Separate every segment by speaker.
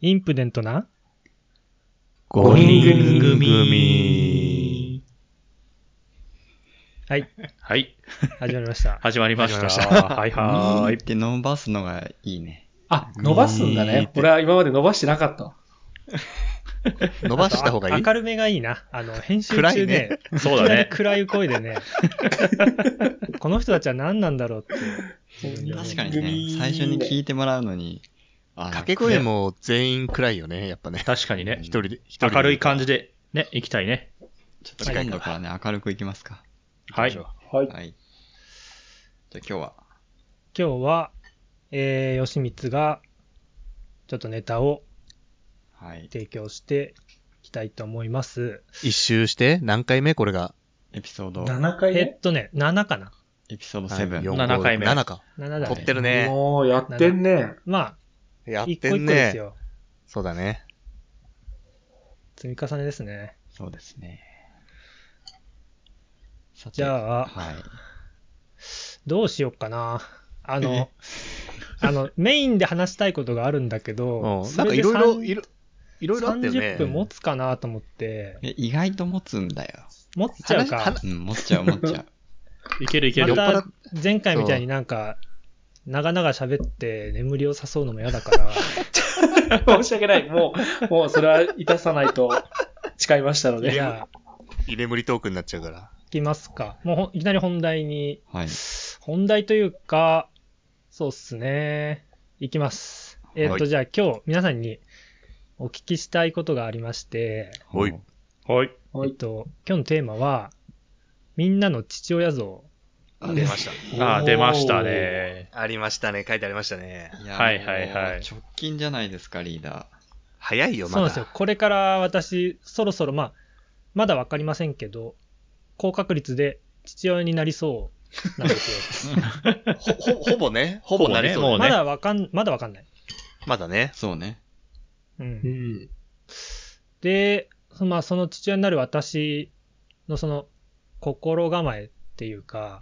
Speaker 1: インプデントな
Speaker 2: 五人組
Speaker 1: はい、
Speaker 3: はい。
Speaker 1: 始まりました。
Speaker 3: 始まりました。
Speaker 2: 始まりました
Speaker 3: はいは
Speaker 2: は
Speaker 3: ー
Speaker 2: い。っ
Speaker 3: い。
Speaker 2: て伸ばすのがいいね。
Speaker 4: あ、伸ばすんだ
Speaker 2: いいっ
Speaker 4: ね。
Speaker 2: て
Speaker 4: 俺は今まで伸ばしてなかったわ。
Speaker 2: 伸ばした方がいい
Speaker 1: 明るめがいいな。あの、編集
Speaker 2: 暗
Speaker 1: 中
Speaker 2: い
Speaker 1: ね
Speaker 2: ね、
Speaker 3: そうだね。
Speaker 1: 暗い声でね、この人たちは何なんだろうっていう。
Speaker 2: 確か
Speaker 4: 五人
Speaker 2: にね、
Speaker 4: 組
Speaker 2: 最初に聞いてもらうのに、あ
Speaker 5: 掛け声も全員暗いよね、やっぱね。
Speaker 3: 確かにね
Speaker 2: 一。
Speaker 5: 一人で、一人で
Speaker 3: 明るい感じで、ね、行きたいね。
Speaker 2: ちょっと今度からね、明るくいきますか。
Speaker 3: はい。
Speaker 4: はい。
Speaker 2: はい。じゃあ今日は、
Speaker 1: 今日は、えー、吉光が、ちょっとネタを
Speaker 2: はい。
Speaker 1: 提供していきたいと思います。
Speaker 5: 一周して、何回目これが。
Speaker 2: エピソード、
Speaker 4: 7回
Speaker 1: え
Speaker 4: ね
Speaker 1: っ。とね、7かな。
Speaker 2: エピソード7。
Speaker 3: 7回目
Speaker 5: 7か。
Speaker 1: 7だ
Speaker 5: 撮っ
Speaker 1: ね。
Speaker 5: てるね。
Speaker 4: もうやってんね。
Speaker 1: ま
Speaker 5: や
Speaker 1: あ、
Speaker 5: っ
Speaker 1: 一個
Speaker 5: て
Speaker 1: 一
Speaker 5: ん
Speaker 1: 個で
Speaker 5: ね
Speaker 1: す。よ。
Speaker 5: そうだね。
Speaker 1: 積み重ねですね。
Speaker 2: そうですね。さて
Speaker 1: じゃあ
Speaker 2: はい。
Speaker 1: どうしよっかな。あの、あの、メインで話したいことがあるんだけど、
Speaker 5: うん。
Speaker 1: そ
Speaker 5: なんか
Speaker 1: れで
Speaker 5: いろいろ、
Speaker 1: 三
Speaker 5: いろいろいろあったよね
Speaker 1: 30。分持つかなと思って、
Speaker 2: え意外と持つんだよ。
Speaker 1: 持っちゃうか
Speaker 5: 話。
Speaker 2: うん、持っちゃう、持っちゃう。
Speaker 3: いけるいけ
Speaker 1: ま
Speaker 3: る。
Speaker 1: た前回みたいになんか、長々喋って眠りを誘うのも嫌だ から、
Speaker 4: 申し訳ない。もう、もうそれはいたさないと誓いま したの
Speaker 1: じ
Speaker 4: で。
Speaker 1: ゃあ、
Speaker 5: 居眠りトークになっちゃうから。
Speaker 1: いきますか。もうほんいきなり本題に、
Speaker 2: はい。
Speaker 1: 本題というか、そうっすね。いきます。えっ、
Speaker 5: は
Speaker 1: と、
Speaker 5: い
Speaker 1: じゃあ今日皆さんにお聞きしたいことがありまして、
Speaker 5: おい
Speaker 3: はい。
Speaker 1: えっと、今日のテーマは、みんなの父親像。
Speaker 5: あ出ました。
Speaker 3: あー、出ましたね。
Speaker 5: ありましたね。書いてありましたね。
Speaker 2: いや
Speaker 3: はいはいはい
Speaker 2: もう直近じゃないですか、リーダ
Speaker 5: 早いよ、
Speaker 1: そうなん
Speaker 5: ま
Speaker 1: ですよ
Speaker 5: だ。。
Speaker 1: これから私、そろそろ、まあ、まだわかりませんけど、高確率で父親になりそうなんですよ。
Speaker 5: ほほほぼね。 ほぼな りそうだ
Speaker 3: ほぼねもう
Speaker 5: ね
Speaker 1: ま
Speaker 3: ね
Speaker 1: だわかん、まだわかんない。
Speaker 5: まだね
Speaker 2: ー。。そうね。
Speaker 1: う。
Speaker 4: うんん。
Speaker 1: で、そまあ、その父親になる私のその心構えっていうか、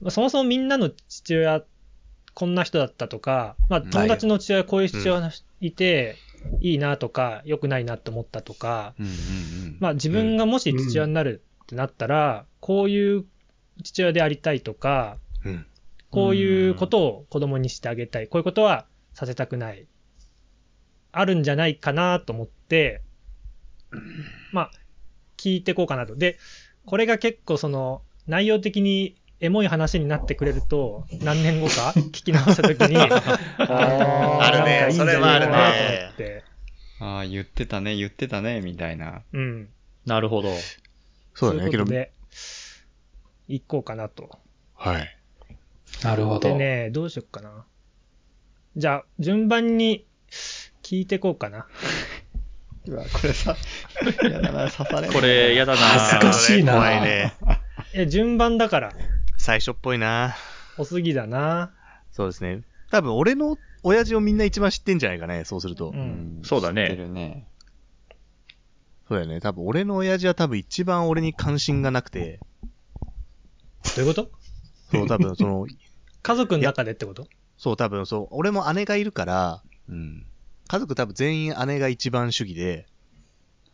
Speaker 1: まあそもそもみんなの父親、こんな人だったとか、まあ、
Speaker 5: ないよ
Speaker 1: 友達の父親、こういう父親がいて、いいなとか、良くないなと思ったとか、
Speaker 2: うんうんうん。
Speaker 1: まあ、自分がもし父親になるってなったら、こういう父親でありたいとか、
Speaker 5: うん。
Speaker 1: こういうことを子供にしてあげたい、こういうことはさせたくない、あるんじゃないかなと思って、まあ、聞いてこうかなと。で、これが結構その、内容的にエモい話になってくれると、何年後 か聞き直したときに、あの
Speaker 5: あるね
Speaker 1: なんかいいんじゃないかなと思って。
Speaker 2: ああ、言ってたね、言ってたね、みたい な。
Speaker 1: うん。
Speaker 3: なるほど。
Speaker 5: そうだね。
Speaker 1: い
Speaker 5: け
Speaker 1: こ
Speaker 5: ど
Speaker 1: と、で、行こうかなと。
Speaker 5: はい。
Speaker 4: なるほ
Speaker 1: で
Speaker 4: ど。
Speaker 1: ね、どうしよっかな。じゃあ、順番に聞いてこうかな。
Speaker 2: うわ、これさ、やだな、刺され
Speaker 3: これ、やだな
Speaker 4: 恥ずかしいな
Speaker 5: 怖いね。
Speaker 1: え、順番だから、
Speaker 5: 最初っぽいな。
Speaker 1: おすぎだな。
Speaker 5: そうですね。多分、俺の親父をみんな一番知ってんじゃないかね、そうすると。
Speaker 1: う。
Speaker 2: うんん
Speaker 3: そうだ
Speaker 2: 知
Speaker 3: ね
Speaker 2: ってるね。
Speaker 5: そうだよね。多分、俺の親父は多分一番俺に関心がなくて、
Speaker 1: どういうこと
Speaker 5: そう、多分、その、
Speaker 1: 家族の中でってこと
Speaker 5: そう、多分、そう、俺も姉がいるから、
Speaker 2: うん。
Speaker 5: 家族多分全員姉が一番主義で、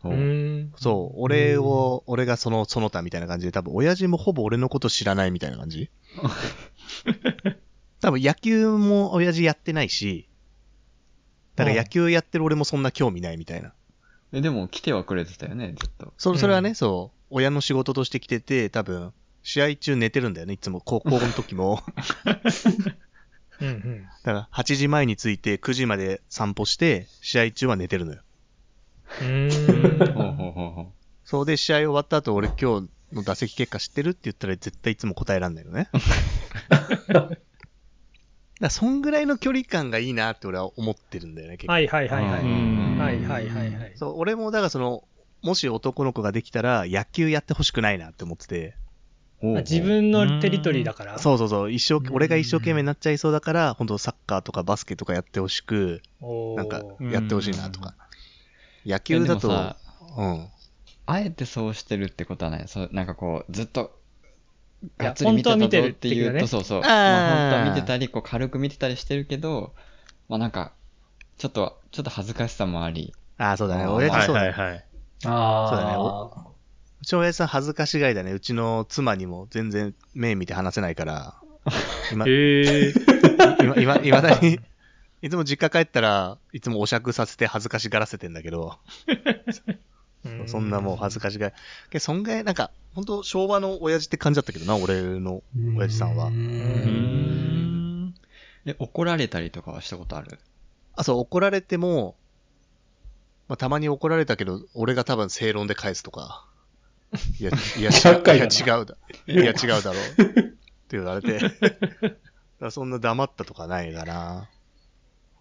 Speaker 1: う
Speaker 2: お
Speaker 1: ーん。
Speaker 5: そう、俺を、俺がその、その他みたいな感じで、多分、親父もほぼ俺のこと知らないみたいな 感じ多分、野球も親父やってないし、だから野球やってる俺もそんな興味ないみたいな。
Speaker 2: え、でも来てはくれてたよね、ずっと。
Speaker 5: そ
Speaker 1: うん
Speaker 5: それはね、そう、親の仕事として来てて、多分、試合中寝てるんだよね、いつも、高校の時も。
Speaker 1: うんうん。
Speaker 5: だから、8時前に着いて、9時まで散歩して、試合中は寝てるのよ。
Speaker 1: うーん。
Speaker 2: ほうほうほうほ
Speaker 5: そうで、試合終わった後、俺今日の打席結果知ってるって言ったら、絶対いつも答えらんない のね。だから、そんぐらいの距離感がいいなって俺は思ってるんだよね、結構。
Speaker 1: はいはいはいは
Speaker 2: う
Speaker 1: い。
Speaker 3: ん
Speaker 1: はいはいはいはい。
Speaker 5: そう、俺も、だからその、もし男の子ができたら、野球やってほしくないなって思ってて。
Speaker 2: う。
Speaker 1: あ自分のテリトリーだから。
Speaker 5: そうそうそう、一生懸
Speaker 1: うん
Speaker 5: 俺が一生懸命になっちゃいそうだから、本当サッカーとかバスケとかやってほしく、
Speaker 1: おー
Speaker 5: なんかやってほしいなとか。野
Speaker 2: え
Speaker 5: 球
Speaker 2: で
Speaker 5: だ
Speaker 2: も
Speaker 5: と、
Speaker 2: さ
Speaker 5: うん。
Speaker 2: あえてそうしてるってことはない。そう、なんかこう、ずっと、
Speaker 1: いや
Speaker 2: がっつり見てたぞ
Speaker 1: 本当は見
Speaker 2: ってて
Speaker 1: る
Speaker 2: いう
Speaker 1: 的なね
Speaker 2: と、そうそう。
Speaker 5: あー
Speaker 2: まあ本当は見てたり、こう軽く見てたりしてるけど、まあなんか、ちょっと、ちちょっと恥ずかしさもあり。
Speaker 5: ああ、そうだね。
Speaker 2: あー
Speaker 5: 親父
Speaker 3: はい
Speaker 5: そうだ
Speaker 3: は
Speaker 5: ね。
Speaker 3: いはい。
Speaker 5: そうだね
Speaker 4: ああ。
Speaker 5: うちの親父さん恥ずかしがいだね。うちの妻にも全然目見て話せないから、今、
Speaker 3: へえ。
Speaker 5: 今、今、今だに、いつも実家帰ったらいつもお酌させて恥ずかしがらせてんだけど、
Speaker 1: うん
Speaker 5: そんなもう恥ずかしがい。けどそんぐらい、なんか、本当昭和の親父って感じだったけどな、俺の親父さんは
Speaker 4: う。
Speaker 2: うーん。え、怒られたりとかはしたことある
Speaker 5: あ、そう、怒られても、まあ、たまに怒られたけど、俺が多分正論で返すとか。い や、いや、違
Speaker 4: 厄
Speaker 5: う
Speaker 4: 介
Speaker 5: いや
Speaker 4: だな
Speaker 5: 違うだ。いや、違うだろう。って言われて。だからそんな黙ったとかないかな。
Speaker 2: は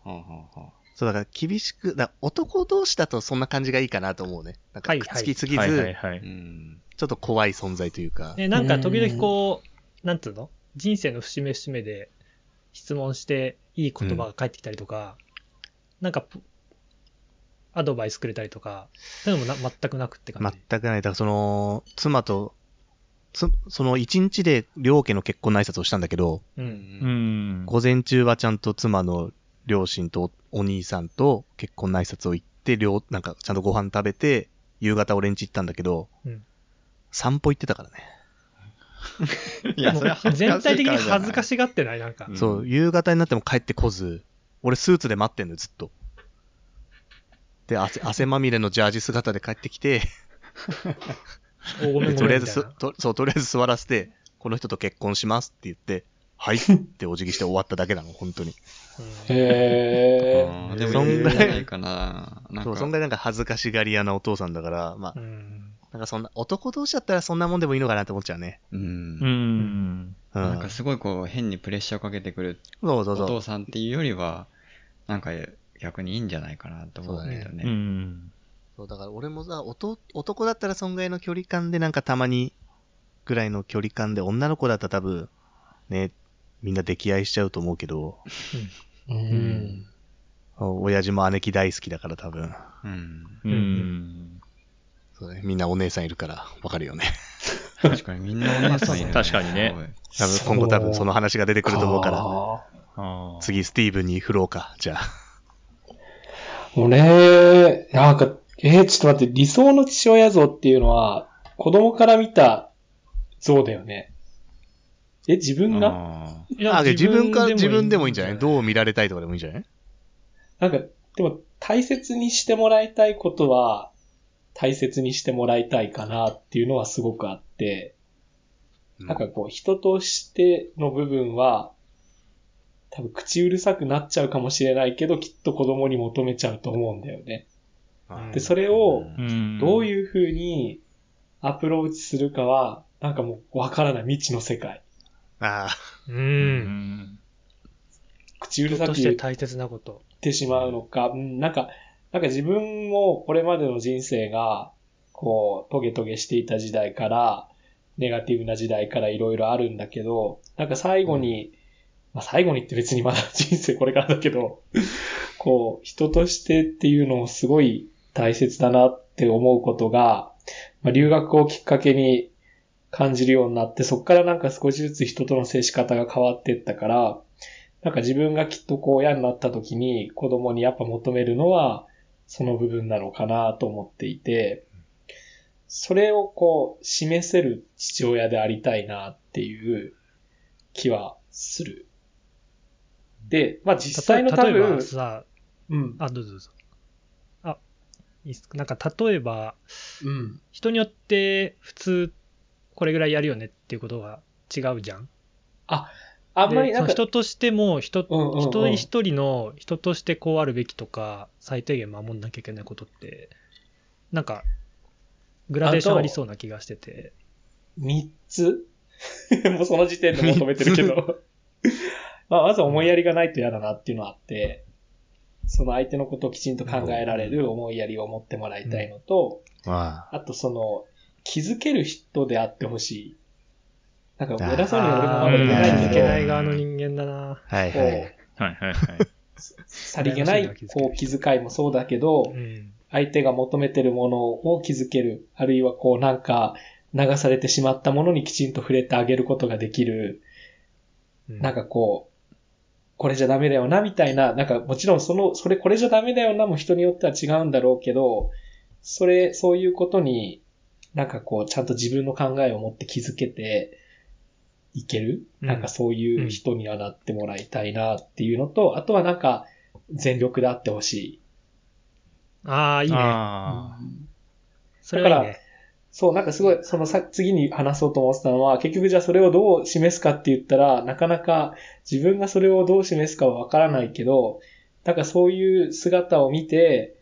Speaker 2: あ、はあは
Speaker 5: そう、だから厳しく、だから男同士だとそんな感じがいいかなと思うね。なんか
Speaker 1: はい
Speaker 5: くっつきすぎず、
Speaker 3: はいはいは
Speaker 2: あ、う
Speaker 3: い。
Speaker 2: ん。
Speaker 5: ちょっと怖い存在というか。
Speaker 1: ね、なんか時々こう、なんつうの人生の節目節目で質問していい言葉が返ってきたりとか、なんかぷアドバイスくれたりとか、そういうのもな全くなくって感じ。
Speaker 5: 全くない。だからその、妻と、つその一日で両家の結婚の挨拶をしたんだけど、
Speaker 1: う。
Speaker 2: うん。
Speaker 3: うんん。
Speaker 5: 午前中はちゃんと妻の両親とお兄さんと結婚の挨拶を行って、両、なんかちゃんとご飯食べて、夕方俺ん家行ったんだけど、
Speaker 1: うん
Speaker 5: 散歩行ってたからね。
Speaker 2: いや、それは恥ずかし
Speaker 1: 全
Speaker 2: いか
Speaker 1: 体
Speaker 2: ら
Speaker 1: 的に恥ずか
Speaker 2: い。
Speaker 1: しがってない、なんか
Speaker 2: う。ん
Speaker 5: そう、夕方になっても帰ってこず、俺スーツで待ってんのよ、ずっと。で、汗、汗まみれのジャージ姿で帰ってきて、
Speaker 1: おごめ
Speaker 5: で
Speaker 1: んご
Speaker 5: とり
Speaker 1: め
Speaker 5: あ
Speaker 1: ん
Speaker 5: え
Speaker 1: み
Speaker 5: ず
Speaker 1: たい
Speaker 5: す
Speaker 1: な。
Speaker 5: と、そう、とりあえず座らせて、この人と結婚しますって言って、はいってお辞儀して終わっただけなの、本当に。
Speaker 1: うん
Speaker 4: へ
Speaker 2: あ
Speaker 5: え
Speaker 2: ーで
Speaker 5: そ
Speaker 2: も
Speaker 5: ん
Speaker 2: いいんじ
Speaker 5: ぐら
Speaker 2: ゃ
Speaker 5: い
Speaker 2: ないかな。なん
Speaker 5: そう、
Speaker 2: か、
Speaker 5: そんぐらいなんか恥ずかしがり屋なお父さんだから、まあ
Speaker 1: う、ん
Speaker 5: なんかそんな、男同士だったらそんなもんでもいいのかなって思っちゃうね。
Speaker 2: うん
Speaker 3: う。ん。
Speaker 5: うん。
Speaker 2: なんかすごいこう、変にプレッシャーをかけてくる
Speaker 5: そうそう
Speaker 2: お
Speaker 5: そう
Speaker 2: 父。さんっていうよりは、なんか逆にいいんじゃないかなと思うんだよね。
Speaker 3: う
Speaker 2: うん
Speaker 3: ん。
Speaker 5: そうだから俺もさ、おと男だったらそんぐらいの距離感でなんかたまにぐらいの距離感で、女の子だったら多分、ね、みんな溺愛しちゃうと思うけど、
Speaker 4: え。うん。
Speaker 5: お親父も姉貴大好きだから多分、
Speaker 2: うん。
Speaker 3: うん。
Speaker 5: そうね、みんなお姉さんいるからわかるよ ね。
Speaker 2: 確かにみんなお姉さん いる、
Speaker 3: 確かにね
Speaker 2: すごい。
Speaker 5: 多分今後多分その話が出てくると思うから、
Speaker 4: ら。
Speaker 3: ああ。
Speaker 5: 次スティーブンに振ろうか、じゃあ。
Speaker 4: 俺、なんか、えーちょっと待って、理想の父親像っていうのは、子供から見た像だよね。え、自分が
Speaker 2: あ
Speaker 1: いや
Speaker 5: あ、自分から、自分でもいいんじゃないど
Speaker 1: う
Speaker 5: う見られたいとかでもいいんじゃない
Speaker 4: なんか、でも大切にしてもらいたいことは、大切にしてもらいたいかなっていうのはすごくあって、なんかこう、人としての部分は、多分口うるさくなっちゃうかもしれないけど、きっと子供に求めちゃうと思うんだよね。
Speaker 5: うん
Speaker 4: で、それを
Speaker 3: うん。
Speaker 4: どう
Speaker 3: う。
Speaker 4: いう風にアプローチするかは、なんかもうわからない未知の世界。
Speaker 5: あ
Speaker 1: う。
Speaker 3: うんん。
Speaker 4: 口うる
Speaker 1: 人
Speaker 4: さ
Speaker 1: と
Speaker 4: く
Speaker 1: して
Speaker 4: 言っ
Speaker 1: 大切なこと。
Speaker 4: ってしまうのか、うん、なんか、なんか自分もこれまでの人生が、こう、トゲトゲしていた時代から、ネガティブな時代からいろいろあるんだけど、なんか最後に、まあ最後にって別にまだ人生これからだけど、こう、人としてっていうのをすごい大切だなって思うことが、まあ、留学をきっかけに感じるようになって、そこからなんか少しずつ人との接し方が変わっていったから、なんか自分がきっとこう親になった時に子供にやっぱ求めるのはその部分なのかなと思っていて、それをこう示せる父親でありたいなっていう気はする。で、まあ実際の多
Speaker 1: 例え
Speaker 4: 分
Speaker 1: ば、さ、
Speaker 4: うん、
Speaker 1: あ、どうぞどうぞ。あ、いいっすか。なんか例えば、
Speaker 4: うん、
Speaker 1: 人によって普通これぐらいやるよねっていうことが違うじゃん。
Speaker 4: あんまり
Speaker 1: で
Speaker 4: なんか、
Speaker 1: その人としても人、
Speaker 4: うんうんうん
Speaker 1: 一人一人の人としてこうあるべきとか、最低限守んなきゃいけないことって、なんか、グラデーションありそうな気がしてて。
Speaker 4: 三つ もうその時点で求めてるけど。 まあ、まず思いやりがないと嫌だなっていうのはあって、その相手のことをきちんと考えられる思いやりを持ってもらいたいのと、
Speaker 5: あ。まあ。
Speaker 4: あとその、気づける人であってほしい。なんか偉そうに俺もまだ言え
Speaker 1: あー
Speaker 4: な
Speaker 1: 気
Speaker 4: い
Speaker 1: づ
Speaker 4: け
Speaker 1: け
Speaker 4: ど、
Speaker 1: ない側の人間だな。
Speaker 5: はい
Speaker 4: こ
Speaker 5: はい。
Speaker 4: う、
Speaker 3: はいはいはい。
Speaker 4: さりげないこう気遣いもそうだけ
Speaker 1: う
Speaker 4: ど、
Speaker 1: ん。
Speaker 4: 相手が求めてるものを気づける。あるいはこうなんか流されてしまったものにきちんと触れてあげることができる。
Speaker 1: うん
Speaker 4: なんかこう、これじゃダメだよな、みたいな、なんか、もちろんその、それこれじゃダメだよな、も人によっては違うんだろうけど、それ、そういうことに、なんかこう、ちゃんと自分の考えを持って気づけていける、
Speaker 1: うん
Speaker 4: なんかそういう人にはなってもらいたいなっていうのと、あとはなんか、全力であってほしい。
Speaker 1: ああ、いいね。
Speaker 2: あ
Speaker 1: それはいいね。
Speaker 4: そう、なんかすごい、そのさ、次に話そうと思ってたのは、結局じゃあそれをどう示すかって言ったら、なかなか自分がそれをどう示すかはわからないけど、なんかそういう姿を見て、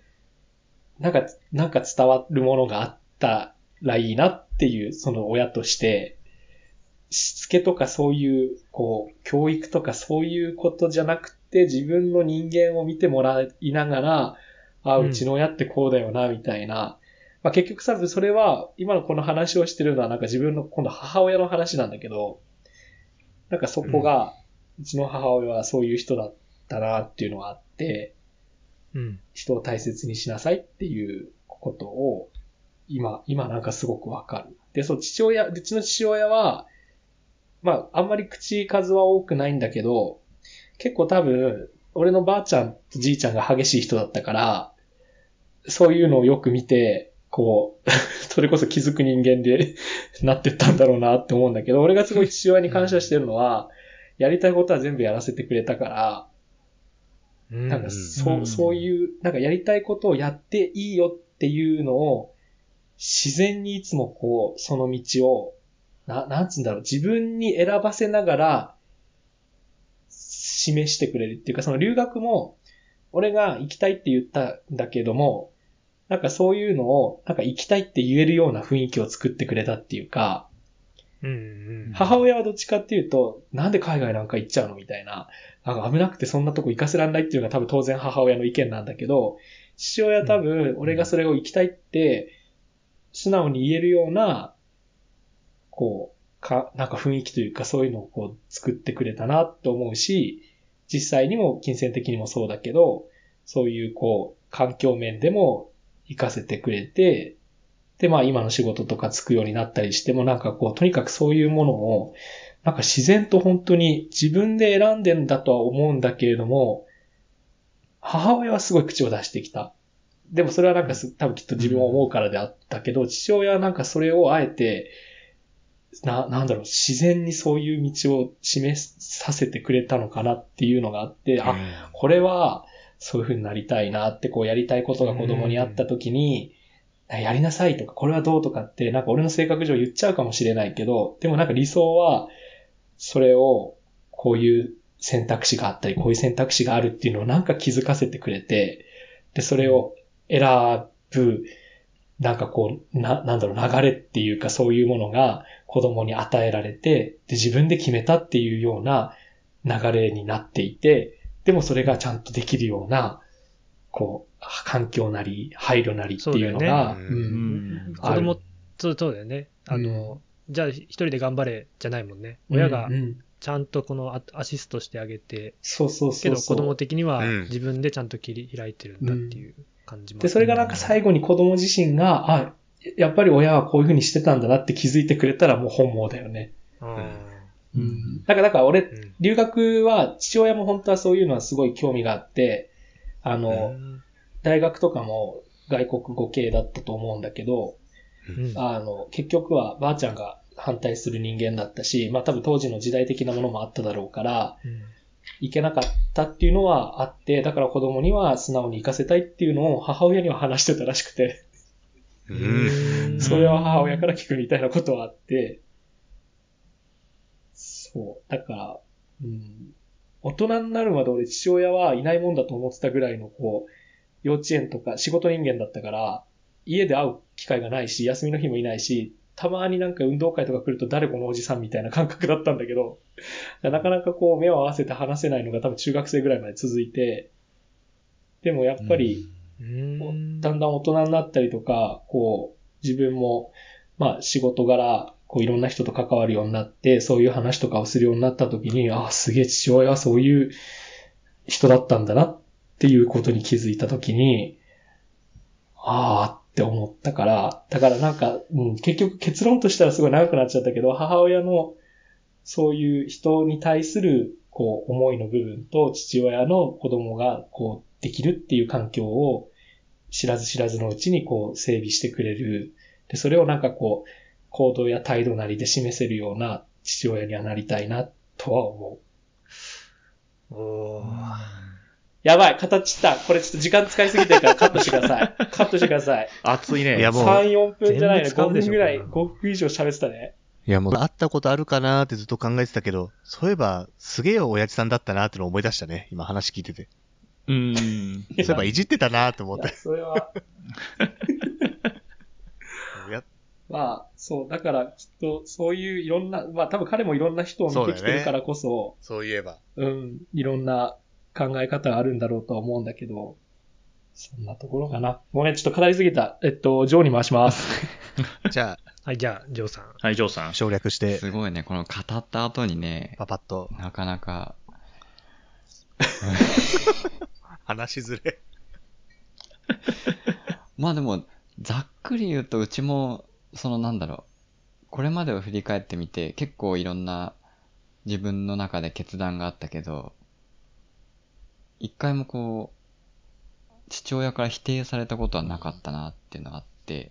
Speaker 4: なんか、なんか伝わるものがあったらいいなっていう、その親として、しつけとかそういう、こう、教育とかそういうことじゃなくて、自分の人間を見てもらいながら、あ、
Speaker 1: うん
Speaker 4: うちの親ってこうだよな、みたいな、まあ、結局さ、それは、今のこの話をしてるのは、なんか自分の、今度母親の話なんだけど、なんかそこが、うちの母親はそういう人だったなっていうのがあって、
Speaker 1: うん。
Speaker 4: 人を大切にしなさいっていうことを、今、今なんかすごくわかる。で、そう、父親、うちの父親は、まあ、あんまり口数は多くないんだけど、結構多分、俺のばあちゃんとじいちゃんが激しい人だったから、そういうのをよく見て、こう、 それこそ気づく人間で なってったんだろうなって思うんだけど、俺がすごい父親に感謝してるのは、やりたいことは全部やらせてくれたから、
Speaker 1: うん
Speaker 4: なんか
Speaker 3: う
Speaker 4: そ
Speaker 3: ん
Speaker 4: う、そういう、なんかやりたいことをやっていいよっていうのを、自然にいつもこう、その道を、な、なんつうんだろう、自分に選ばせながら、示してくれるっていうか、その留学も、俺が行きたいって言ったんだけども、なんかそういうのを、なんか行きたいって言えるような雰囲気を作ってくれたっていうか、
Speaker 1: うんうん。
Speaker 4: 母親はどっちかっていうと、なんで海外なんか行っちゃうのみたいな。なんか危なくてそんなとこ行かせらんないっていうのが多分当然母親の意見なんだけど、父親は多分俺がそれを行きたいって、素直に言えるような、こう、か、なんか雰囲気というかそういうのをこう作ってくれたなと思うし、実際にも金銭的にもそうだけど、そういうこう、環境面でも活かせてくれて、で、まあ今の仕事とかつくようになったりしても、なんかこう、とにかくそういうものを、なんか自然と本当に自分で選んでんだとは思うんだけれども、母親はすごい口を出してきた。でもそれはなんかす、多分きっと自分を思うからであったけど、父親はなんかそれをあえて、な、なんだろう、自然にそういう道を示させてくれたのかなっていうのがあって、あ、
Speaker 2: あ。
Speaker 4: これは、そういう風になりたいなって、こうやりたいことが子供にあった時に、やりなさいとか、これはどうとかって、なんか俺の性格上言っちゃうかもしれないけど、でもなんか理想は、それを、こういう選択肢があったり、こういう選択肢があるっていうのをなんか気づかせてくれて、で、それを選ぶ、なんかこう、な、なんだろう、流れっていうかそういうものが子供に与えられて、で、自分で決めたっていうような流れになっていて、でもそれがちゃんとできるような、こう、環境なり、配慮なりっていうのが、
Speaker 5: そうだよね
Speaker 4: う
Speaker 3: うんん
Speaker 1: 子供、そうそうだよね。あの、じゃあ一人で頑張れじゃないもんね。親が
Speaker 4: うんうん
Speaker 1: ちゃんとこのアアシストしてあげて、
Speaker 4: そうそうそ
Speaker 1: け
Speaker 4: う
Speaker 1: ど子
Speaker 4: そう。
Speaker 1: 供的には
Speaker 5: うん
Speaker 1: 自分でちゃんと切り開いてるんだっていう感じもある。
Speaker 4: で、それがなんか最後に子供自身が、あ、やっぱり親はこういうふうにしてたんだなって気づいてくれたらもう本望だよね。
Speaker 1: あ
Speaker 3: う
Speaker 4: だから、だから俺
Speaker 1: ー、うん
Speaker 4: 留学は父親も本当はそういうのはすごい興味があって、あの、大学とかも外国語系だったと思うんだけど、
Speaker 1: うん
Speaker 4: あの、結局はばあちゃんが反対する人間だったし、まあ多分当時の時代的なものもあっただろうから、
Speaker 1: うん
Speaker 4: 行けなかったっていうのはあって、だから子供には素直に行かせたいっていうのを母親には話してたらしくて、
Speaker 5: うん。
Speaker 1: うん
Speaker 4: それは母親から聞くみたいなことはあって、そう、だから、うん、大人になるまで俺父親はいないもんだと思ってたぐらいのこう、幼稚園とか仕事人間だったから、家で会う機会がないし、休みの日もいないし、たまになんか運動会とか来ると誰このおじさんみたいな感覚だったんだけど、なかなかこう目を合わせて話せないのが多分中学生ぐらいまで続いて、でもやっぱり、
Speaker 1: うん
Speaker 4: だんだん大人になったりとか、こう、自分も、まあ仕事柄、こういろんな人と関わるようになって、そういう話とかをするようになった時に、ああ、すげえ父親はそういう人だったんだなっていうことに気づいた時に、ああって思ったから、だからなんか、うん、結局結論としたらすごい長くなっちゃったけど、母親のそういう人に対するこう、思いの部分と父親の子供が、こう、できるっていう環境を知らず知らずのうちに、こう、整備してくれる。で、それをなんかこう、行動や態度なりで示せるような父親にはなりたいな、とは思う。
Speaker 1: おー
Speaker 4: やばい、形った。これちょっと時間使いすぎてるからカットしてください。カットしてください。
Speaker 2: 熱いね。
Speaker 5: いやもう
Speaker 4: 3、4分じゃない
Speaker 1: 全部
Speaker 4: ね。
Speaker 1: 使
Speaker 4: 5
Speaker 1: うでし
Speaker 4: 分
Speaker 1: ょ
Speaker 4: ぐらい、
Speaker 1: これ
Speaker 4: 5分以上喋ってたね。
Speaker 5: いやもう、会ったことあるかなーってずっと考えてたけど、そういえば、すげえ親父さんだったなーってのを思い出したね。今話聞いてて。
Speaker 3: うん。
Speaker 5: そういえば、いじってたなーって思っ
Speaker 4: いや
Speaker 5: て。
Speaker 4: それは、
Speaker 5: いや
Speaker 4: まあ、そう、だから、きっと、そういういろんな、まあ多分彼もいろんな人を見てきてるからこそ、
Speaker 5: そういえば。
Speaker 4: うん、いろんな考え方があるんだろうとは思うんだけど、そんなところかな。ごめん、ちょっと語りすぎた。えっと、ジョーに回します。
Speaker 5: じゃ
Speaker 1: はい、じゃあ、ジョーさん。
Speaker 3: はい、ジョーさ
Speaker 5: あ、
Speaker 3: ん。
Speaker 5: 省略して、
Speaker 2: すごいね、この語った後にね、
Speaker 5: パパッと
Speaker 2: なかなか、
Speaker 5: 話しずれ。
Speaker 2: まあでも、ざっくり言うと、うちも、そのなんだろう、これまでを振り返ってみて、結構いろんな自分の中で決断があったけど、一回もこう、父親から否定されたことはなかったなっていうのがあって、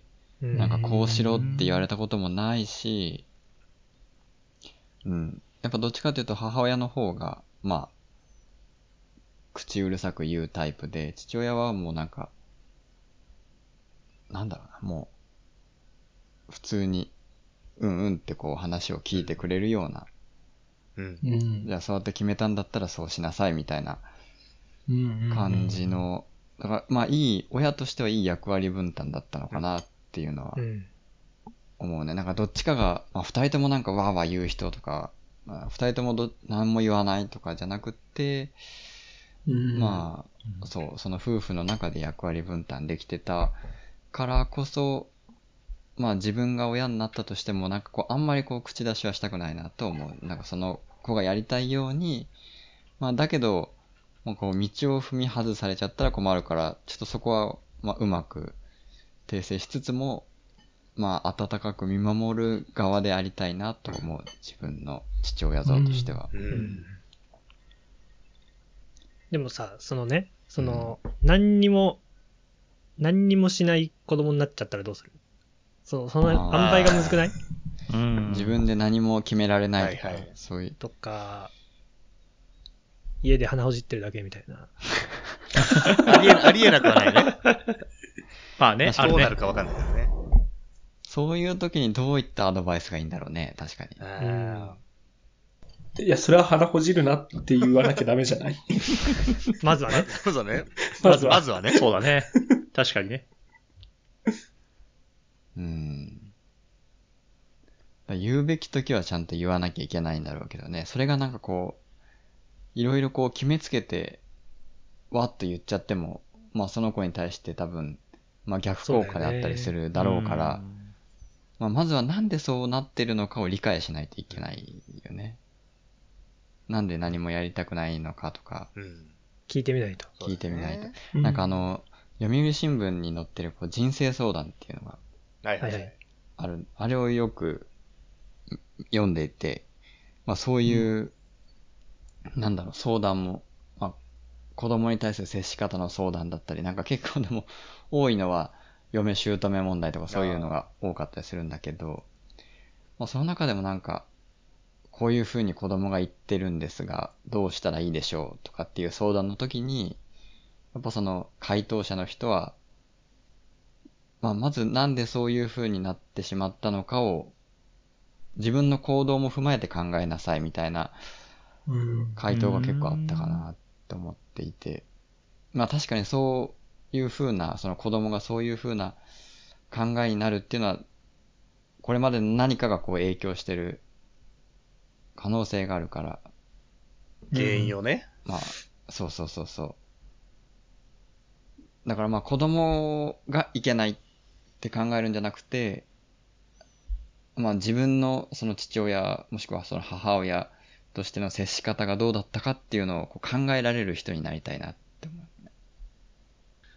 Speaker 1: うん
Speaker 2: なんかこうしろって言われたこともないし、うん。やっぱどっちかというと母親の方が、まあ、口うるさく言うタイプで、父親はもうなんか、なんだろうな、もう、普通に、うんうんってこう話を聞いてくれるような、
Speaker 5: うん。
Speaker 4: うん
Speaker 2: じ。ゃあそうやって決めたんだったらそうしなさいみたいな
Speaker 4: 感
Speaker 2: 感じの、だからまあいい、親としてはいい役割分担だったのかなっていうのは
Speaker 1: うん。
Speaker 2: 思うね。なんかどっちかが、まあ、二人ともなんかわーわー言う人とか、まあ、二人ともど何も言わないとかじゃなくって、まあ、そう、その夫婦の中で役割分担できてたからこそ、まあ自分が親になったとしても、なんかこう、あんまりこう、口出しはしたくないなと思う。なんかその子がやりたいように、まあだけど、もうこう、道を踏み外されちゃったら困るから、ちょっとそこは、まあうまく訂正しつつも、まあ温かく見守る側でありたいなと思う。自分の父親像としては。
Speaker 5: う。
Speaker 1: うんんでもさ、そのね、その、何にも、何にもしない子供になっちゃったらどうするその、その、
Speaker 2: あ
Speaker 1: 塩
Speaker 2: ー
Speaker 1: 梅がむずくない
Speaker 3: うん
Speaker 2: 自分で何も決められないとか、
Speaker 5: はいはい
Speaker 2: そういう。
Speaker 1: とか、家で鼻ほじってるだけみたいな。
Speaker 5: ありえ、ありえなくはないね。
Speaker 3: まあね、あ
Speaker 5: どうなる
Speaker 3: ね。
Speaker 5: かわかんないけどね。
Speaker 2: そういう時にどういったアドバイスがいいんだろうね、確かに。
Speaker 1: うん
Speaker 4: いや、それは鼻ほじるなって言わなきゃダメじゃない
Speaker 1: まずはね。
Speaker 5: そうだね。
Speaker 4: まずは
Speaker 5: まずはね。
Speaker 3: そうだね。 確かにね。
Speaker 2: うん。言うべき時はちゃんと言わなきゃいけないんだろうけどね。それがなんかこう、いろいろこう決めつけて、わっと言っちゃっても、まあその子に対して多分、まあ逆効果であったりするだろうから、まあまずはなんでそうなってるのかを理解しないといけないよね。なんで何もやりたくないのかとか、
Speaker 5: うん。
Speaker 1: 聞いてみないと。
Speaker 2: 聞いてみないと。
Speaker 4: う
Speaker 2: なんかあ、の、読売新聞に載ってるこう人生相談っていうのが
Speaker 5: はいは
Speaker 1: はいい
Speaker 5: は
Speaker 1: はいい。
Speaker 2: ある、あれをよくん読んでいて、まあそういう、なんだろう、相談も、まあ子供に対する接し方の相談だったり、なんか結構でも 多いのは、嫁姑問題とかそういうのが多かったりするんだけど、まあその中でもなんか、こういうふうに子供が言ってるんですが、どうしたらいいでしょうとかっていう相談の時に、やっぱその回答者の人は、まあ、まずなんでそういう風になってしまったのかを、自分の行動も踏まえて考えなさいみたいな
Speaker 4: うん
Speaker 2: 回答が結構あったかなと思っていて、まあ確かにそういう風な、その子供がそういう風な考えになるっていうのは、これまでの何かがこう影響してる可能性があるから、
Speaker 5: 原因をね。
Speaker 2: まあ、そうそうそうそう。だからまあ子供がいけないって考えるんじゃなくて、まあ自分のその父親、もしくはその母親としての接し方がどうだったかっていうのをこう考えられる人になりたいなって思う。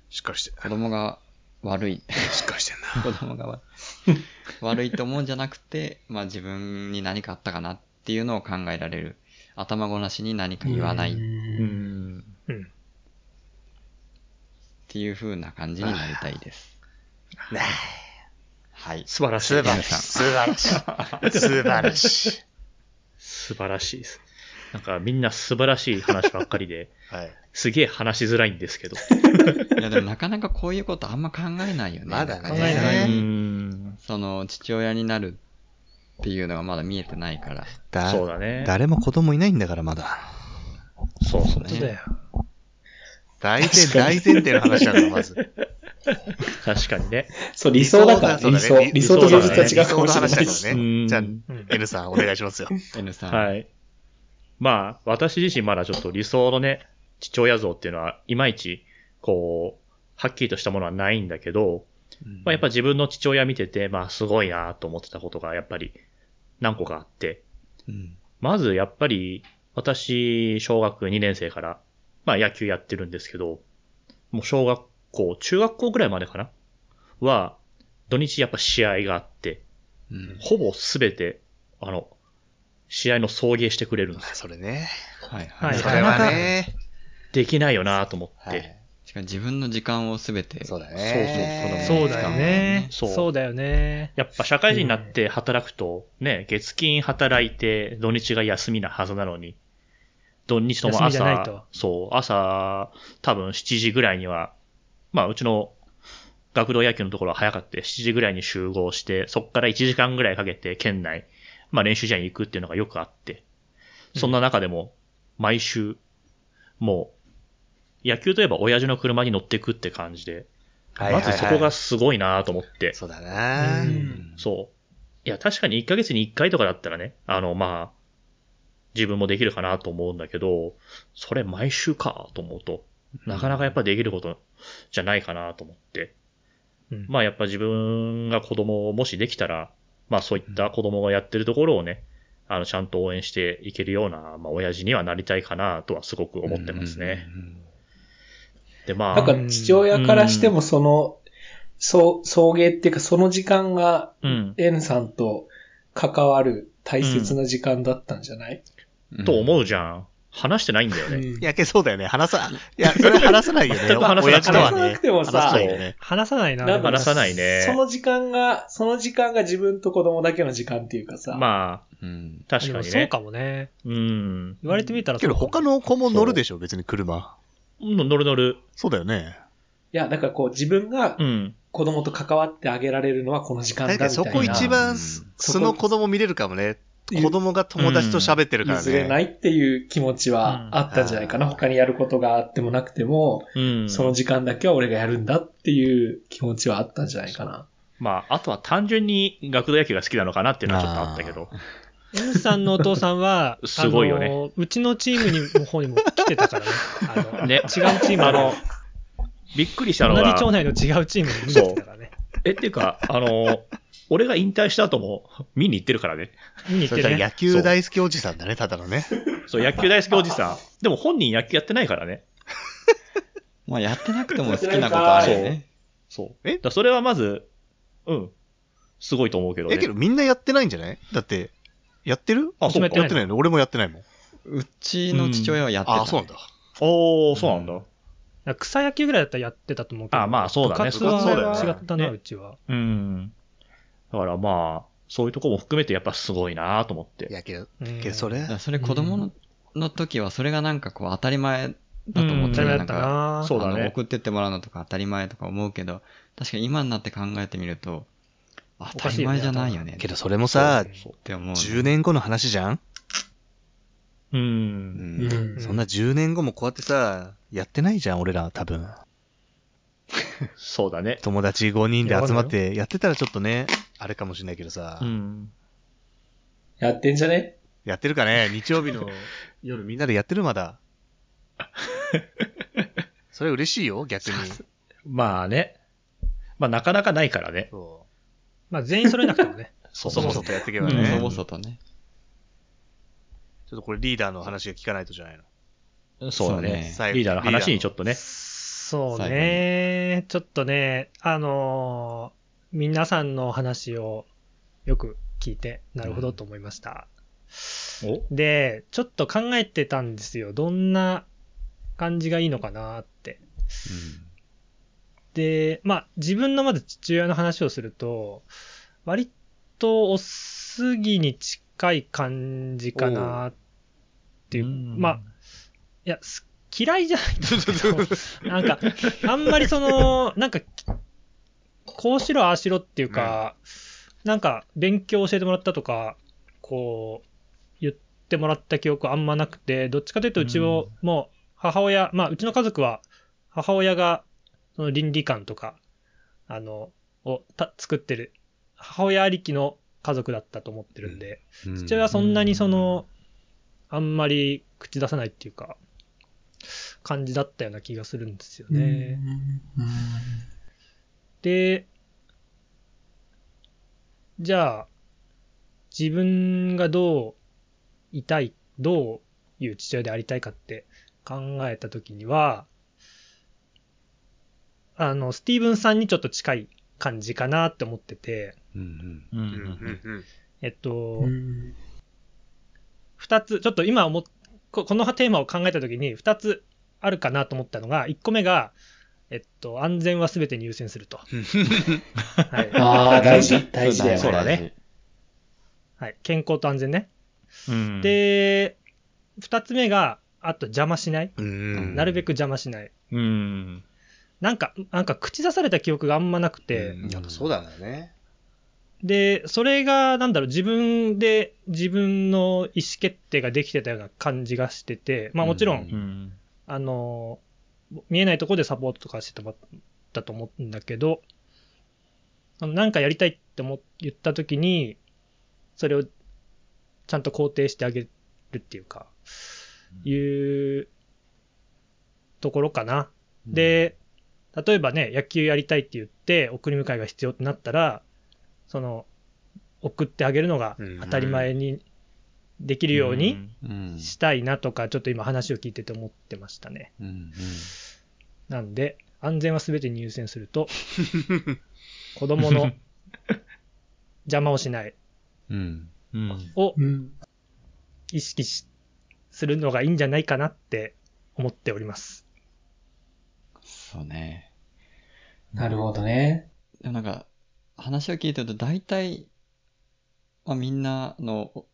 Speaker 5: しっかりして、
Speaker 2: 子供が悪い、
Speaker 5: しっかりしてんな。
Speaker 2: 子供が悪い悪いと思うんじゃなくて、まあ自分に何かあったかなっていうのを考えられる。頭ごなしに何か言わないっ
Speaker 3: うん。
Speaker 1: うん。
Speaker 2: ていう風な感じになりたいです。はい。
Speaker 3: 素晴らしい
Speaker 5: 素晴ら
Speaker 2: 皆
Speaker 5: しい。
Speaker 2: さん
Speaker 5: 素晴ら しい。素晴らしい。
Speaker 3: 素晴らしいです。なんかみんな素晴らしい話ばっかりで、
Speaker 5: はい。
Speaker 3: すげえ話しづらいんですけど。
Speaker 2: いやでもなかなかこういうことあんま考えないよね。
Speaker 5: まだね。
Speaker 1: 考えな
Speaker 3: う
Speaker 1: い
Speaker 3: ん。
Speaker 2: その父親になるっていうのがまだ見えてないから。
Speaker 5: だ
Speaker 3: そうだね。
Speaker 5: 誰も子供いないんだから、まだ。
Speaker 3: そうそ
Speaker 1: 本
Speaker 3: う。
Speaker 1: 当だよ。
Speaker 5: 大前、大前提の話だから、まず。
Speaker 3: 確かにね。
Speaker 4: そう、理想だから、
Speaker 5: そう
Speaker 4: 理
Speaker 5: だね
Speaker 4: 想。理
Speaker 5: 理
Speaker 4: 想
Speaker 5: 想
Speaker 4: と
Speaker 3: だね
Speaker 4: 現実は違うかもしれない
Speaker 5: 理想の話だ
Speaker 4: し
Speaker 5: からね
Speaker 3: うん
Speaker 5: じゃあ
Speaker 1: ん
Speaker 5: N さん、お願いしますよ。
Speaker 2: N さん。
Speaker 3: はい。まあ、私自身まだちょっと理想のね、父親像っていうのは、いまいち、こう、はっきりとしたものはないんだけど、まあ、やっぱ自分の父親見てて、まあ、すごいなと思ってたことが、やっぱり、何個かあって、
Speaker 2: うん。
Speaker 3: まず、やっぱり、私、小学2年生から、まあ、野球やってるんですけど、もう小学校、中学校ぐらいまでかなは、土日やっぱ試合があって、
Speaker 2: うん。
Speaker 3: ほぼすべて、あの、試合の送迎してくれるんですよ
Speaker 5: それね。
Speaker 2: はい
Speaker 1: は
Speaker 2: はいい。
Speaker 5: それはね。
Speaker 3: できないよなと思って、
Speaker 5: はい。
Speaker 2: しかも自分の時間をすべて。
Speaker 5: そうだね。
Speaker 2: そう
Speaker 1: そうだよね。
Speaker 3: そう
Speaker 1: そうだよね。
Speaker 3: やっぱ社会人になって働くと、ね、月金働いて、土日が休みなはずなのに、土日とも
Speaker 1: 休みじゃないと
Speaker 3: 朝、そう、朝、多分7時ぐらいには、まあ、うちの学童野球のところは早かった7時ぐらいに集合して、そこから1時間ぐらいかけて県内、まあ練習試合に行くっていうのがよくあって、そんな中でも、毎週、もう、野球といえば親父の車に乗ってくって感じで、
Speaker 5: はいはいはい
Speaker 3: まずそこがすごいなと思って、
Speaker 5: そうだ
Speaker 1: う
Speaker 5: な。
Speaker 1: ん。
Speaker 3: そう。いや、確かに1ヶ月に1回とかだったらね、あの、まあ、自分もできるかなと思うんだけど、それ毎週かと思うと、なかなかやっぱできることじゃないかなと思って。
Speaker 1: うん
Speaker 3: まあやっぱ自分が子供をもしできたら、まあそういった子供がやってるところをね、あの、ちゃんと応援していけるような、まあ親父にはなりたいかなとはすごく思ってますね。
Speaker 2: うん。うん
Speaker 3: で、ま
Speaker 4: な
Speaker 3: あ、
Speaker 4: んか父親からしてもその、そう、送迎っていうかその時間が
Speaker 3: うん、
Speaker 4: N さんと関わる大切な時間だったんじゃない、
Speaker 2: うん
Speaker 3: と思うじゃん。話してないんだよ
Speaker 4: うん
Speaker 3: ね。
Speaker 5: いや、けそうだよね。話さ、いや、それ話さないよね。
Speaker 3: 全く話さな
Speaker 5: 親
Speaker 3: い
Speaker 5: 父とは
Speaker 4: 話さな
Speaker 5: ね
Speaker 4: く。てもさ
Speaker 5: 話さないよね。
Speaker 1: 話さないな。
Speaker 4: なん
Speaker 1: でも
Speaker 3: 話さないね
Speaker 4: その時間が、その時間が自分と子供だけの時間っていうかさ。
Speaker 3: まあ、
Speaker 2: うん。
Speaker 3: 確かに
Speaker 1: で
Speaker 3: ね。
Speaker 1: もそうかもね。
Speaker 3: うん。
Speaker 1: 言われてみたら
Speaker 5: け
Speaker 1: そう
Speaker 5: ど
Speaker 1: かも
Speaker 5: 他の子も乗るでしょ、別に車。
Speaker 3: うん乗る乗る。
Speaker 5: そうだよね。
Speaker 4: いや、だからこう自分が
Speaker 3: うん。
Speaker 4: 子供と関わってあげられるのはこの時間だ
Speaker 5: 確
Speaker 4: みた
Speaker 5: か
Speaker 4: い
Speaker 5: にそ
Speaker 4: な。
Speaker 5: こ一
Speaker 2: う
Speaker 5: 番
Speaker 2: ん
Speaker 5: す素の子供見れるかもね。子供が友達と喋ってるから
Speaker 4: 譲れな
Speaker 5: ね。
Speaker 4: いっていう気持ちはあったんじゃないかな。
Speaker 5: うん
Speaker 4: 他にやることがあってもなくても、
Speaker 3: うん。
Speaker 4: その時間だけは俺がやるんだっていう気持ちはあったんじゃないかな。
Speaker 3: まあ、あとは単純に学童野球が好きなのかなっていうのはちょっとあったけど。、
Speaker 1: N さんのお父さんは
Speaker 3: すごいよね
Speaker 1: あのうちのチームにも方にも来てたから ね。あの
Speaker 3: ね
Speaker 1: 違うチーム
Speaker 3: あの、びっくりしたの
Speaker 1: 同じ
Speaker 3: が、
Speaker 1: 町内の違うチームに見に来てたからね。
Speaker 3: え、っていうか、あの、俺が引退した後も見に行ってるからね。
Speaker 1: 見に行
Speaker 5: そ
Speaker 1: っ
Speaker 5: れ
Speaker 1: て
Speaker 5: じゃ
Speaker 1: ね。
Speaker 5: 野球大好きおじさんだね、ただのね。
Speaker 3: そう、野球大好きおじさん。でも本人野球やってないからね。
Speaker 2: まあやってなくても好きなことあるよね。
Speaker 3: そう。
Speaker 5: え
Speaker 3: だからそれはまず、うん。すごいと思うけどね。
Speaker 5: え、けどみんなやってないんじゃないだって、やってる
Speaker 3: あそう
Speaker 5: や
Speaker 3: か
Speaker 5: ってないの俺もやってないもん。
Speaker 2: うちの父親はやってた。
Speaker 5: あ、そうなんだ。
Speaker 3: おー、そうなんだ。
Speaker 1: 草野球ぐらいだったらやってたと思うけど。
Speaker 3: あまあそうだ
Speaker 1: 部
Speaker 3: ね
Speaker 1: 活は
Speaker 5: そうだよね
Speaker 1: 違ったな、
Speaker 3: ね
Speaker 1: うちは。
Speaker 3: うん。だからまあ、そういうとこも含めてやっぱすごいなと思って。
Speaker 5: いや、けど、
Speaker 1: うん
Speaker 5: けどそれ
Speaker 2: だか、らそれ子供のの時はそれがなんかこう当たり前だと思
Speaker 1: 当
Speaker 2: って
Speaker 1: た
Speaker 2: る
Speaker 1: り前だっ
Speaker 2: なん
Speaker 1: た
Speaker 2: か
Speaker 1: な。
Speaker 3: そうだね
Speaker 2: あの送ってってもらうのとか当たり前とか思うけど、確かに今になって考えてみると、あ
Speaker 1: お
Speaker 2: 当
Speaker 1: か
Speaker 2: た
Speaker 1: しい
Speaker 2: り
Speaker 1: よね
Speaker 2: 前じゃないよね。
Speaker 5: けどそれもさ、
Speaker 3: そう
Speaker 2: って思う、
Speaker 5: 10年後の話じゃん
Speaker 2: う
Speaker 3: う。
Speaker 2: んん。
Speaker 1: うん
Speaker 5: そんな10年後もこうやってさ、やってないじゃん、俺ら、多分。
Speaker 3: そうだね。
Speaker 5: 友達5人で集まって、やってたらちょっとね、あれかもしれないけどさ
Speaker 3: う、ん。
Speaker 4: やってんじゃね
Speaker 5: やってるかね日曜 日の夜みんなでやってるまだ。それ嬉しいよ、逆に。
Speaker 3: まあね。まあなかなかないからね。
Speaker 5: そ
Speaker 1: まあ全員揃えなくてもね。
Speaker 5: う。そ
Speaker 3: そも
Speaker 5: も
Speaker 3: そ
Speaker 5: そ
Speaker 3: も
Speaker 5: とやっていけば
Speaker 3: うん
Speaker 5: ね。
Speaker 2: 細
Speaker 5: ちょ
Speaker 2: 々
Speaker 5: っ
Speaker 2: とね。
Speaker 5: とこれリーダーの話が聞かないとじゃないの。
Speaker 3: そうだね。
Speaker 5: そうね
Speaker 3: リーダーの話にちょっとね。
Speaker 1: そうね。ちょっとね、あのー皆さんの話をよく聞いて、なるほどと思いました。
Speaker 3: お
Speaker 1: で、ちょっと考えてたんですよ。どんな感じがいいのかなって。で、まあ、自分のまず父親の話をすると、割とおすぎに近い感じかなっていう、
Speaker 3: うん
Speaker 1: まあ、いや、す嫌いじゃないんですけど、なんか、あんまりその、なんか、こうしろ、ああしろっていうか、なんか、勉強教えてもらったとか、こう、言ってもらった記憶あんまなくて、どっちかというと、うちも、もう、母親、まあ、うちの家族は、母親が、その倫理観とか、あの、をた作ってる、母親ありきの家族だったと思ってるんで、
Speaker 2: うん
Speaker 1: 父親はそんなにその、あんまり口出さないっていうか、感じだったような気がするんですよね。で、じゃあ、自分がどういたい、どういう父親でありたいかって考えたときには、あの、スティーブンさんにちょっと近い感じかなって思ってて、
Speaker 2: うんうん
Speaker 3: うん
Speaker 1: えっと、二つ、ちょっと今思っここのテーマを考えたときに二つあるかなと思ったのが、一個目が、えっと、安全はすべてに優先すると。はい
Speaker 4: あ あ、大事、大事だよ。
Speaker 3: そうだね。
Speaker 1: はい。健康と安全ね。
Speaker 3: うん、
Speaker 1: で、二つ目が、あと邪魔しない。
Speaker 5: うん
Speaker 1: なるべく邪魔しない。
Speaker 3: うん。
Speaker 1: なんか、なんか口出された記憶があんまなくて、
Speaker 2: うん
Speaker 6: やっぱそうなんだよね。
Speaker 1: で、それが、なんだろう、自分で自分の意思決定ができてたような感じがしてて、まあもちろん
Speaker 2: うん
Speaker 3: うん。
Speaker 1: あの、見えないところでサポートとかしてもらったと思うんだけど、あのなんかやりたいって思言ったときに、それをちゃんと肯定してあげるっていうか、いうところかな。で、例えばね、野球やりたいって言って、送り迎えが必要ってなったら、その、送ってあげるのが当たり前にできるように、
Speaker 2: うん
Speaker 1: したいなとか、ちょっと今話を聞いてて思ってましたね。
Speaker 2: うん
Speaker 1: なんで、安全は全てに優先する と、子供の邪魔をしない
Speaker 2: うん
Speaker 3: うん。
Speaker 1: を
Speaker 4: うん。
Speaker 1: 意識しするのがいいんじゃないかなって思っております。
Speaker 2: そうね。
Speaker 4: なるほどね。
Speaker 2: でもなんか、話を聞いてると大体、まあ、みんなのお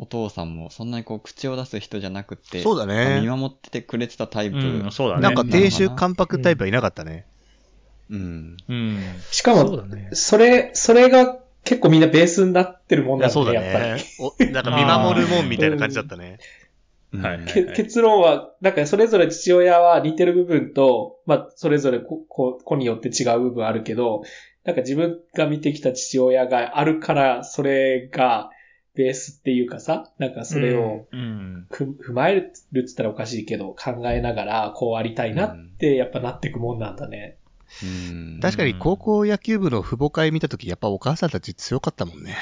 Speaker 2: お父さんもそんなにこう口を出す人じゃなくて、
Speaker 5: そうだ
Speaker 2: まあ見
Speaker 5: ね。
Speaker 2: 守っててくれてたタイプ。
Speaker 3: うん、そうだね。
Speaker 5: なんか亭主関白タイプはいなかったね。
Speaker 2: うん。
Speaker 3: うん。
Speaker 4: しか
Speaker 1: そう
Speaker 4: も、
Speaker 1: だね。
Speaker 4: それ、それが結構みんなベースになってるもん
Speaker 5: い
Speaker 4: だ
Speaker 5: や、そ
Speaker 4: も
Speaker 5: うん
Speaker 4: ね、
Speaker 5: だ
Speaker 4: やっぱり
Speaker 5: ね。。おなんか見守るもんみたいな感じだったね。
Speaker 3: は
Speaker 2: う
Speaker 3: い
Speaker 2: ん
Speaker 4: け結論は、なんかそれぞれ父親は似てる部分と、まあ、それぞれ子子子によって違う部分あるけど、なんか自分が見てきた父親があるから、それがベースっていうかさ、なんかそれを
Speaker 3: うん。
Speaker 4: ふ、踏まえるって言ったらおかしいけど、考えながらこうありたいなって、やっぱなってくもんなんだね。
Speaker 2: うん
Speaker 5: 確かに高校野球部の父母会見たとき、やっぱお母さんたち強かったもんね。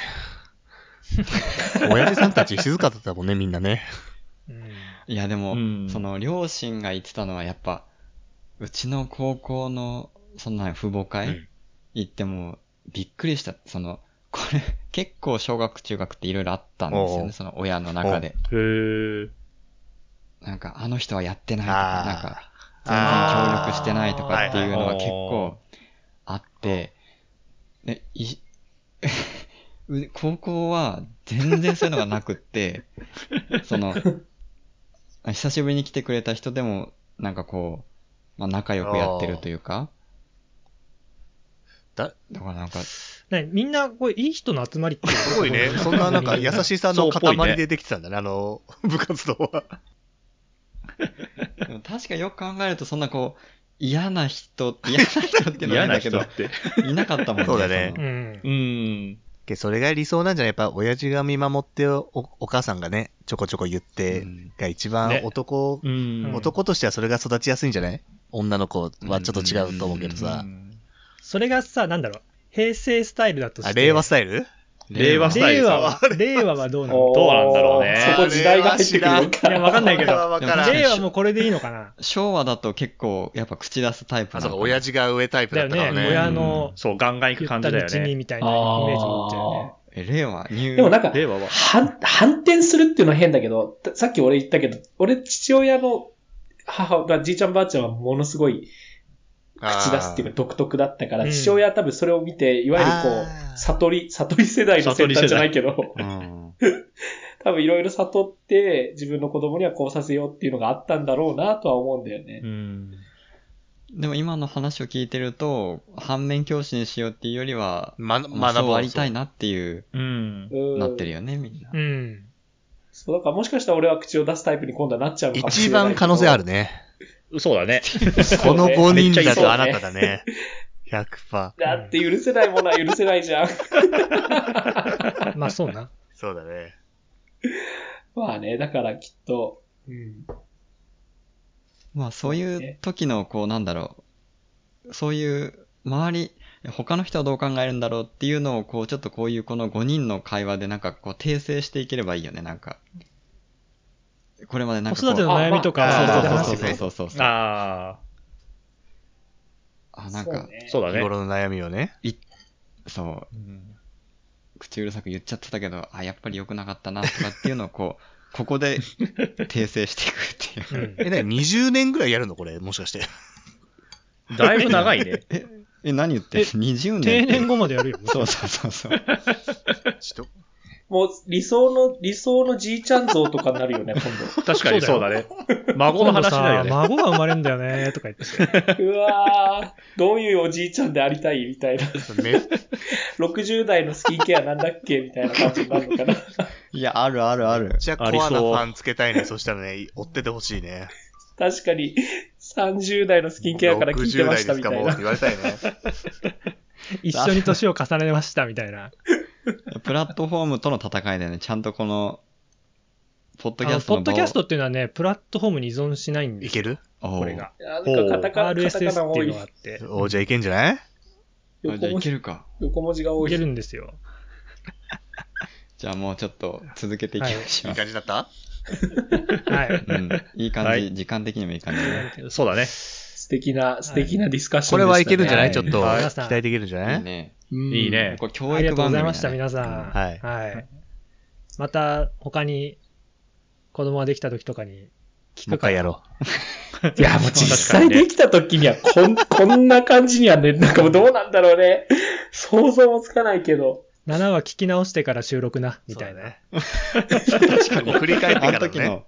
Speaker 5: 親父さんたち静かだったもんね、みんなね。
Speaker 1: うん
Speaker 2: いや、でも、
Speaker 3: うん
Speaker 2: その両親が言ってたのはやっぱ、うちの高校の、そんな父母会、
Speaker 5: うん
Speaker 2: 行っても、びっくりした。その、これ、結構小学中学っていろいろあったんですよ
Speaker 5: お
Speaker 2: ね、
Speaker 5: う
Speaker 2: その親の中で。
Speaker 3: へー
Speaker 2: なんか、あの人はやってないとか
Speaker 5: あ、ー
Speaker 2: なんか、全然協力してないとかっていうのが結構あって、でい う高校は全然そういうのがなくっ て、その、久しぶりに来てくれた人でも、なんかこう、まあ、仲良くやってるというか、
Speaker 5: だ、
Speaker 2: だからなんか、
Speaker 1: ねみんな、これ、いい人の集まりって。
Speaker 5: すごいね。そんななん か優しさの塊でできてたんだね、あの、部活動は。
Speaker 2: でも確かよく考えるとそんなこう、嫌な人、嫌な人っていうのは
Speaker 3: 嫌
Speaker 2: いなんだ
Speaker 3: ない
Speaker 2: け
Speaker 3: 人
Speaker 2: ど
Speaker 3: っ、て。
Speaker 2: いなかったもんね。
Speaker 5: そうだね
Speaker 2: そ
Speaker 1: うん。
Speaker 2: の
Speaker 3: うん。
Speaker 5: けそれが理想なんじゃないやっぱ親父が見守ってお、お母さんがね、ちょこちょこ言って、が一番
Speaker 3: ね
Speaker 5: 男、
Speaker 3: うん。
Speaker 5: 男としてはそれが育ちやすいんじゃない女の子はちょっと違うと思うけどさ。
Speaker 1: それがさ、なんだろう、平成スタイルだとして。
Speaker 5: あ、令和ス
Speaker 1: イ
Speaker 5: タイイル
Speaker 3: 令和スタイ
Speaker 1: 令
Speaker 3: ル
Speaker 1: 和は、令和はどうなの
Speaker 3: どうなんだろうね
Speaker 4: おーそこ時代が入ってくるのか。
Speaker 1: いや、わかんないけど
Speaker 5: 令和。は分 からん
Speaker 1: 令和もこれでいいのかな。
Speaker 2: 昭和だと結構やっぱ口出すタイプ
Speaker 5: あ、
Speaker 2: な
Speaker 5: そ
Speaker 2: の
Speaker 5: うか、
Speaker 2: かな
Speaker 5: 親父が上タイプ
Speaker 1: だ
Speaker 5: だ
Speaker 1: よ
Speaker 5: ったから
Speaker 1: ね。
Speaker 5: ね。
Speaker 1: 親の
Speaker 3: そう、ガンガン行く
Speaker 1: 言
Speaker 3: 感
Speaker 1: った
Speaker 3: じだよ
Speaker 1: 道に
Speaker 3: ね。
Speaker 1: みたいなイメージ持っちゃうよね。
Speaker 4: あ
Speaker 2: え、令和、ニュー。
Speaker 4: でもなんか、
Speaker 3: 令和は。
Speaker 4: 反、反転するっていうのは変だけど、たさっき俺言ったけど、俺父親の母が、じいちゃんばあちゃんはものすごい口出すっていうか独特だったから、
Speaker 1: うん
Speaker 4: 父親は多分それを見て、いわゆるこ
Speaker 5: あー
Speaker 4: う、悟り、悟り世代の先端じゃないけど、
Speaker 2: うん。
Speaker 4: 多分いろいろ悟って自分の子供にはこうさせようっていうのがあったんだろうなとは思うんだよね。
Speaker 3: うん。
Speaker 2: でも今の話を聞いてると、反面教師にしようっていうよりは、
Speaker 5: ま、学
Speaker 2: まあ、そうありたい
Speaker 5: な。
Speaker 2: なっていう、
Speaker 3: うん。
Speaker 4: うん。
Speaker 2: なってるよね、みんな。
Speaker 1: うん。
Speaker 4: そう、だからもしかしたら俺は口を出すタイプに今度はなっちゃうのかもし
Speaker 5: 一
Speaker 4: れないけど。
Speaker 5: 番可能性あるね。
Speaker 3: そう だね。
Speaker 5: この5人
Speaker 4: めっちゃい
Speaker 5: だ
Speaker 4: そうね
Speaker 5: とあなただね。100%。
Speaker 4: だって許せないものは許せないじゃん。
Speaker 1: まあそうな。
Speaker 5: そうだね。
Speaker 4: まあね、だからきっと、うん。
Speaker 2: まあそういう時の、こう、なんだろう。そういう、周り、他の人はどう考えるんだろうっていうのを、こう、ちょっとこういうこの5人の会話で、なんかこう、訂正していければいいよね、なんか。これまでなん
Speaker 1: 子
Speaker 2: かこう。
Speaker 1: 育ての悩みと
Speaker 4: あまあ
Speaker 1: か、
Speaker 2: そうそうそうそうそうそうそう。
Speaker 3: あ
Speaker 2: あ、なんか
Speaker 4: そう、ね
Speaker 3: あ、そうだ
Speaker 5: 日
Speaker 3: ね。
Speaker 5: 頃の悩みをね。
Speaker 2: そう、
Speaker 3: うん
Speaker 2: 口うるさく言っちゃってたけど、あ、やっぱり良くなかったな、とかっていうのを、こう、 ここで訂正していくって
Speaker 1: う
Speaker 2: いう。
Speaker 1: ん
Speaker 5: え、なに20年ぐらいやるのこれ、もしかして。
Speaker 3: だいぶ長 いね。
Speaker 2: え、何言って
Speaker 1: え
Speaker 2: る ?20 年っ
Speaker 1: 定
Speaker 2: て。
Speaker 1: 年後までやるよ。
Speaker 2: そうそうそ うそう。
Speaker 5: ちょっと
Speaker 4: もう理想の、理想のじいちゃん像とかになるよね、今
Speaker 3: 確かにそうだね。孫の
Speaker 1: 今度
Speaker 3: 話だよ
Speaker 1: さ、
Speaker 3: ね。
Speaker 1: 孫が生まれんだよね、とか言って。
Speaker 4: 度。うわー、どういうおじいちゃんでありたいみたいな。
Speaker 5: め
Speaker 4: 60代のスキンケアなんだっけみたいな感じになるのかな。
Speaker 2: いや、あるあるある
Speaker 5: めっ。ちゃコアなファンつけたいね。そしたらね、 追っててほしいね。
Speaker 4: 確かに、30代のスキンケアから聞いてましたみたい
Speaker 5: 60代ですかもうって
Speaker 4: な。
Speaker 5: 言われたいね。
Speaker 1: 一緒に年を重ねました、みたいな。
Speaker 2: プラットフォームとの戦いだよね。ちゃんとこの、ポッドキャス
Speaker 1: あのポッ
Speaker 2: トの
Speaker 1: ドキャストっていうのはね、プラットフォームに依存しないんで
Speaker 5: い
Speaker 1: す
Speaker 5: ける
Speaker 2: こ
Speaker 1: これ。が。
Speaker 4: なんかカタカナ、カタカナ
Speaker 1: RSS って
Speaker 4: 多
Speaker 1: いう
Speaker 4: い
Speaker 1: のがあ。 って、
Speaker 5: おじゃあいけんじゃない
Speaker 2: おうあじ
Speaker 4: 横
Speaker 2: ゃあい
Speaker 4: 文
Speaker 2: け
Speaker 4: 字
Speaker 2: るか。
Speaker 4: 横文字が多
Speaker 1: いけ
Speaker 4: い。
Speaker 1: るんですよ。
Speaker 2: じゃあもうちょっと続けていきまし
Speaker 5: い
Speaker 2: ょ。
Speaker 5: いう感じだった
Speaker 1: はい。
Speaker 2: いうん、いい感じ、
Speaker 3: はい
Speaker 2: 時間的にもいい感じね。
Speaker 3: そうだね。
Speaker 4: 素敵な、素敵なディスカッショ
Speaker 5: これ
Speaker 4: ンでした、ね。
Speaker 5: はいけるんじゃないちょっと。期
Speaker 1: はい
Speaker 5: 待できるんじゃない
Speaker 2: い
Speaker 5: い
Speaker 2: いね。
Speaker 4: うん
Speaker 3: いいね。
Speaker 2: これ教
Speaker 1: ありが
Speaker 2: 育
Speaker 1: とうご
Speaker 2: 番組
Speaker 1: ざ
Speaker 2: だ
Speaker 1: い
Speaker 2: ね
Speaker 1: ました、皆さん。
Speaker 5: はい
Speaker 1: はい。また、他に、子供ができた時とかに、聞
Speaker 5: もう
Speaker 1: く
Speaker 5: 一
Speaker 1: か
Speaker 5: 回
Speaker 1: ら
Speaker 5: やろ
Speaker 4: いや、もう 実際できた時には、こん、こんな感じにはね、なんかもうどうなんだろうね。想像もつかないけど。
Speaker 1: 7話聞き直してから収録な、みたいな。
Speaker 5: う。確かに。振り返
Speaker 2: あ
Speaker 5: ってか
Speaker 2: の
Speaker 5: ら
Speaker 2: 時
Speaker 5: ね。
Speaker 2: の、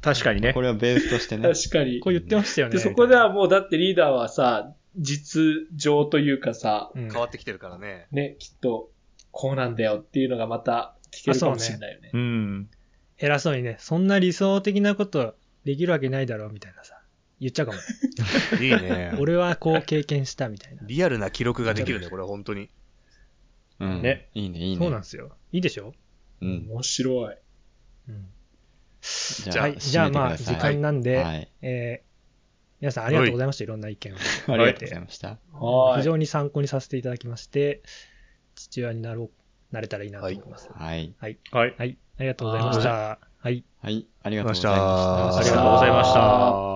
Speaker 3: 確かにね
Speaker 2: こ。れをベースとしてね。
Speaker 4: 確かに
Speaker 1: こ。う言ってましたよね。
Speaker 4: で、そこではもうだってリーダーはさ、実情というかさ、
Speaker 1: うん、
Speaker 5: 変わってきてるからね。
Speaker 4: ね、きっと、こうなんだよっていうのがまた聞けるかもしれないよね。
Speaker 3: うん。
Speaker 1: 偉そうにね、そんな理想的なことできるわけないだろう、みたいなさ。言っちゃうかも。
Speaker 5: いいね。
Speaker 1: 俺はこう経験した、みたいな。
Speaker 5: リアルな記録ができるね、これ本当に。
Speaker 2: うん。
Speaker 3: ね
Speaker 2: いいね、いいね。
Speaker 1: そうなんですよ。いいでしょ
Speaker 2: うん。
Speaker 4: 面白い。
Speaker 1: うん。
Speaker 2: じ
Speaker 5: じゃあ
Speaker 1: はい。じゃあまあ、時間なんで、
Speaker 2: はい。
Speaker 1: えー皆さんありがとうございました。いろんな意見を。
Speaker 2: ありがとうございました。
Speaker 4: は
Speaker 1: 非
Speaker 4: い。。
Speaker 1: 常に参考にさせていただきまして、父親になろう、なれたらいいなと思います。はい。
Speaker 2: はい。
Speaker 3: はい。
Speaker 1: ありがとうございました。はい。
Speaker 2: はい。ありがとうござい
Speaker 5: あ
Speaker 2: ま
Speaker 5: り
Speaker 2: し
Speaker 5: が
Speaker 2: た
Speaker 5: とう。ございました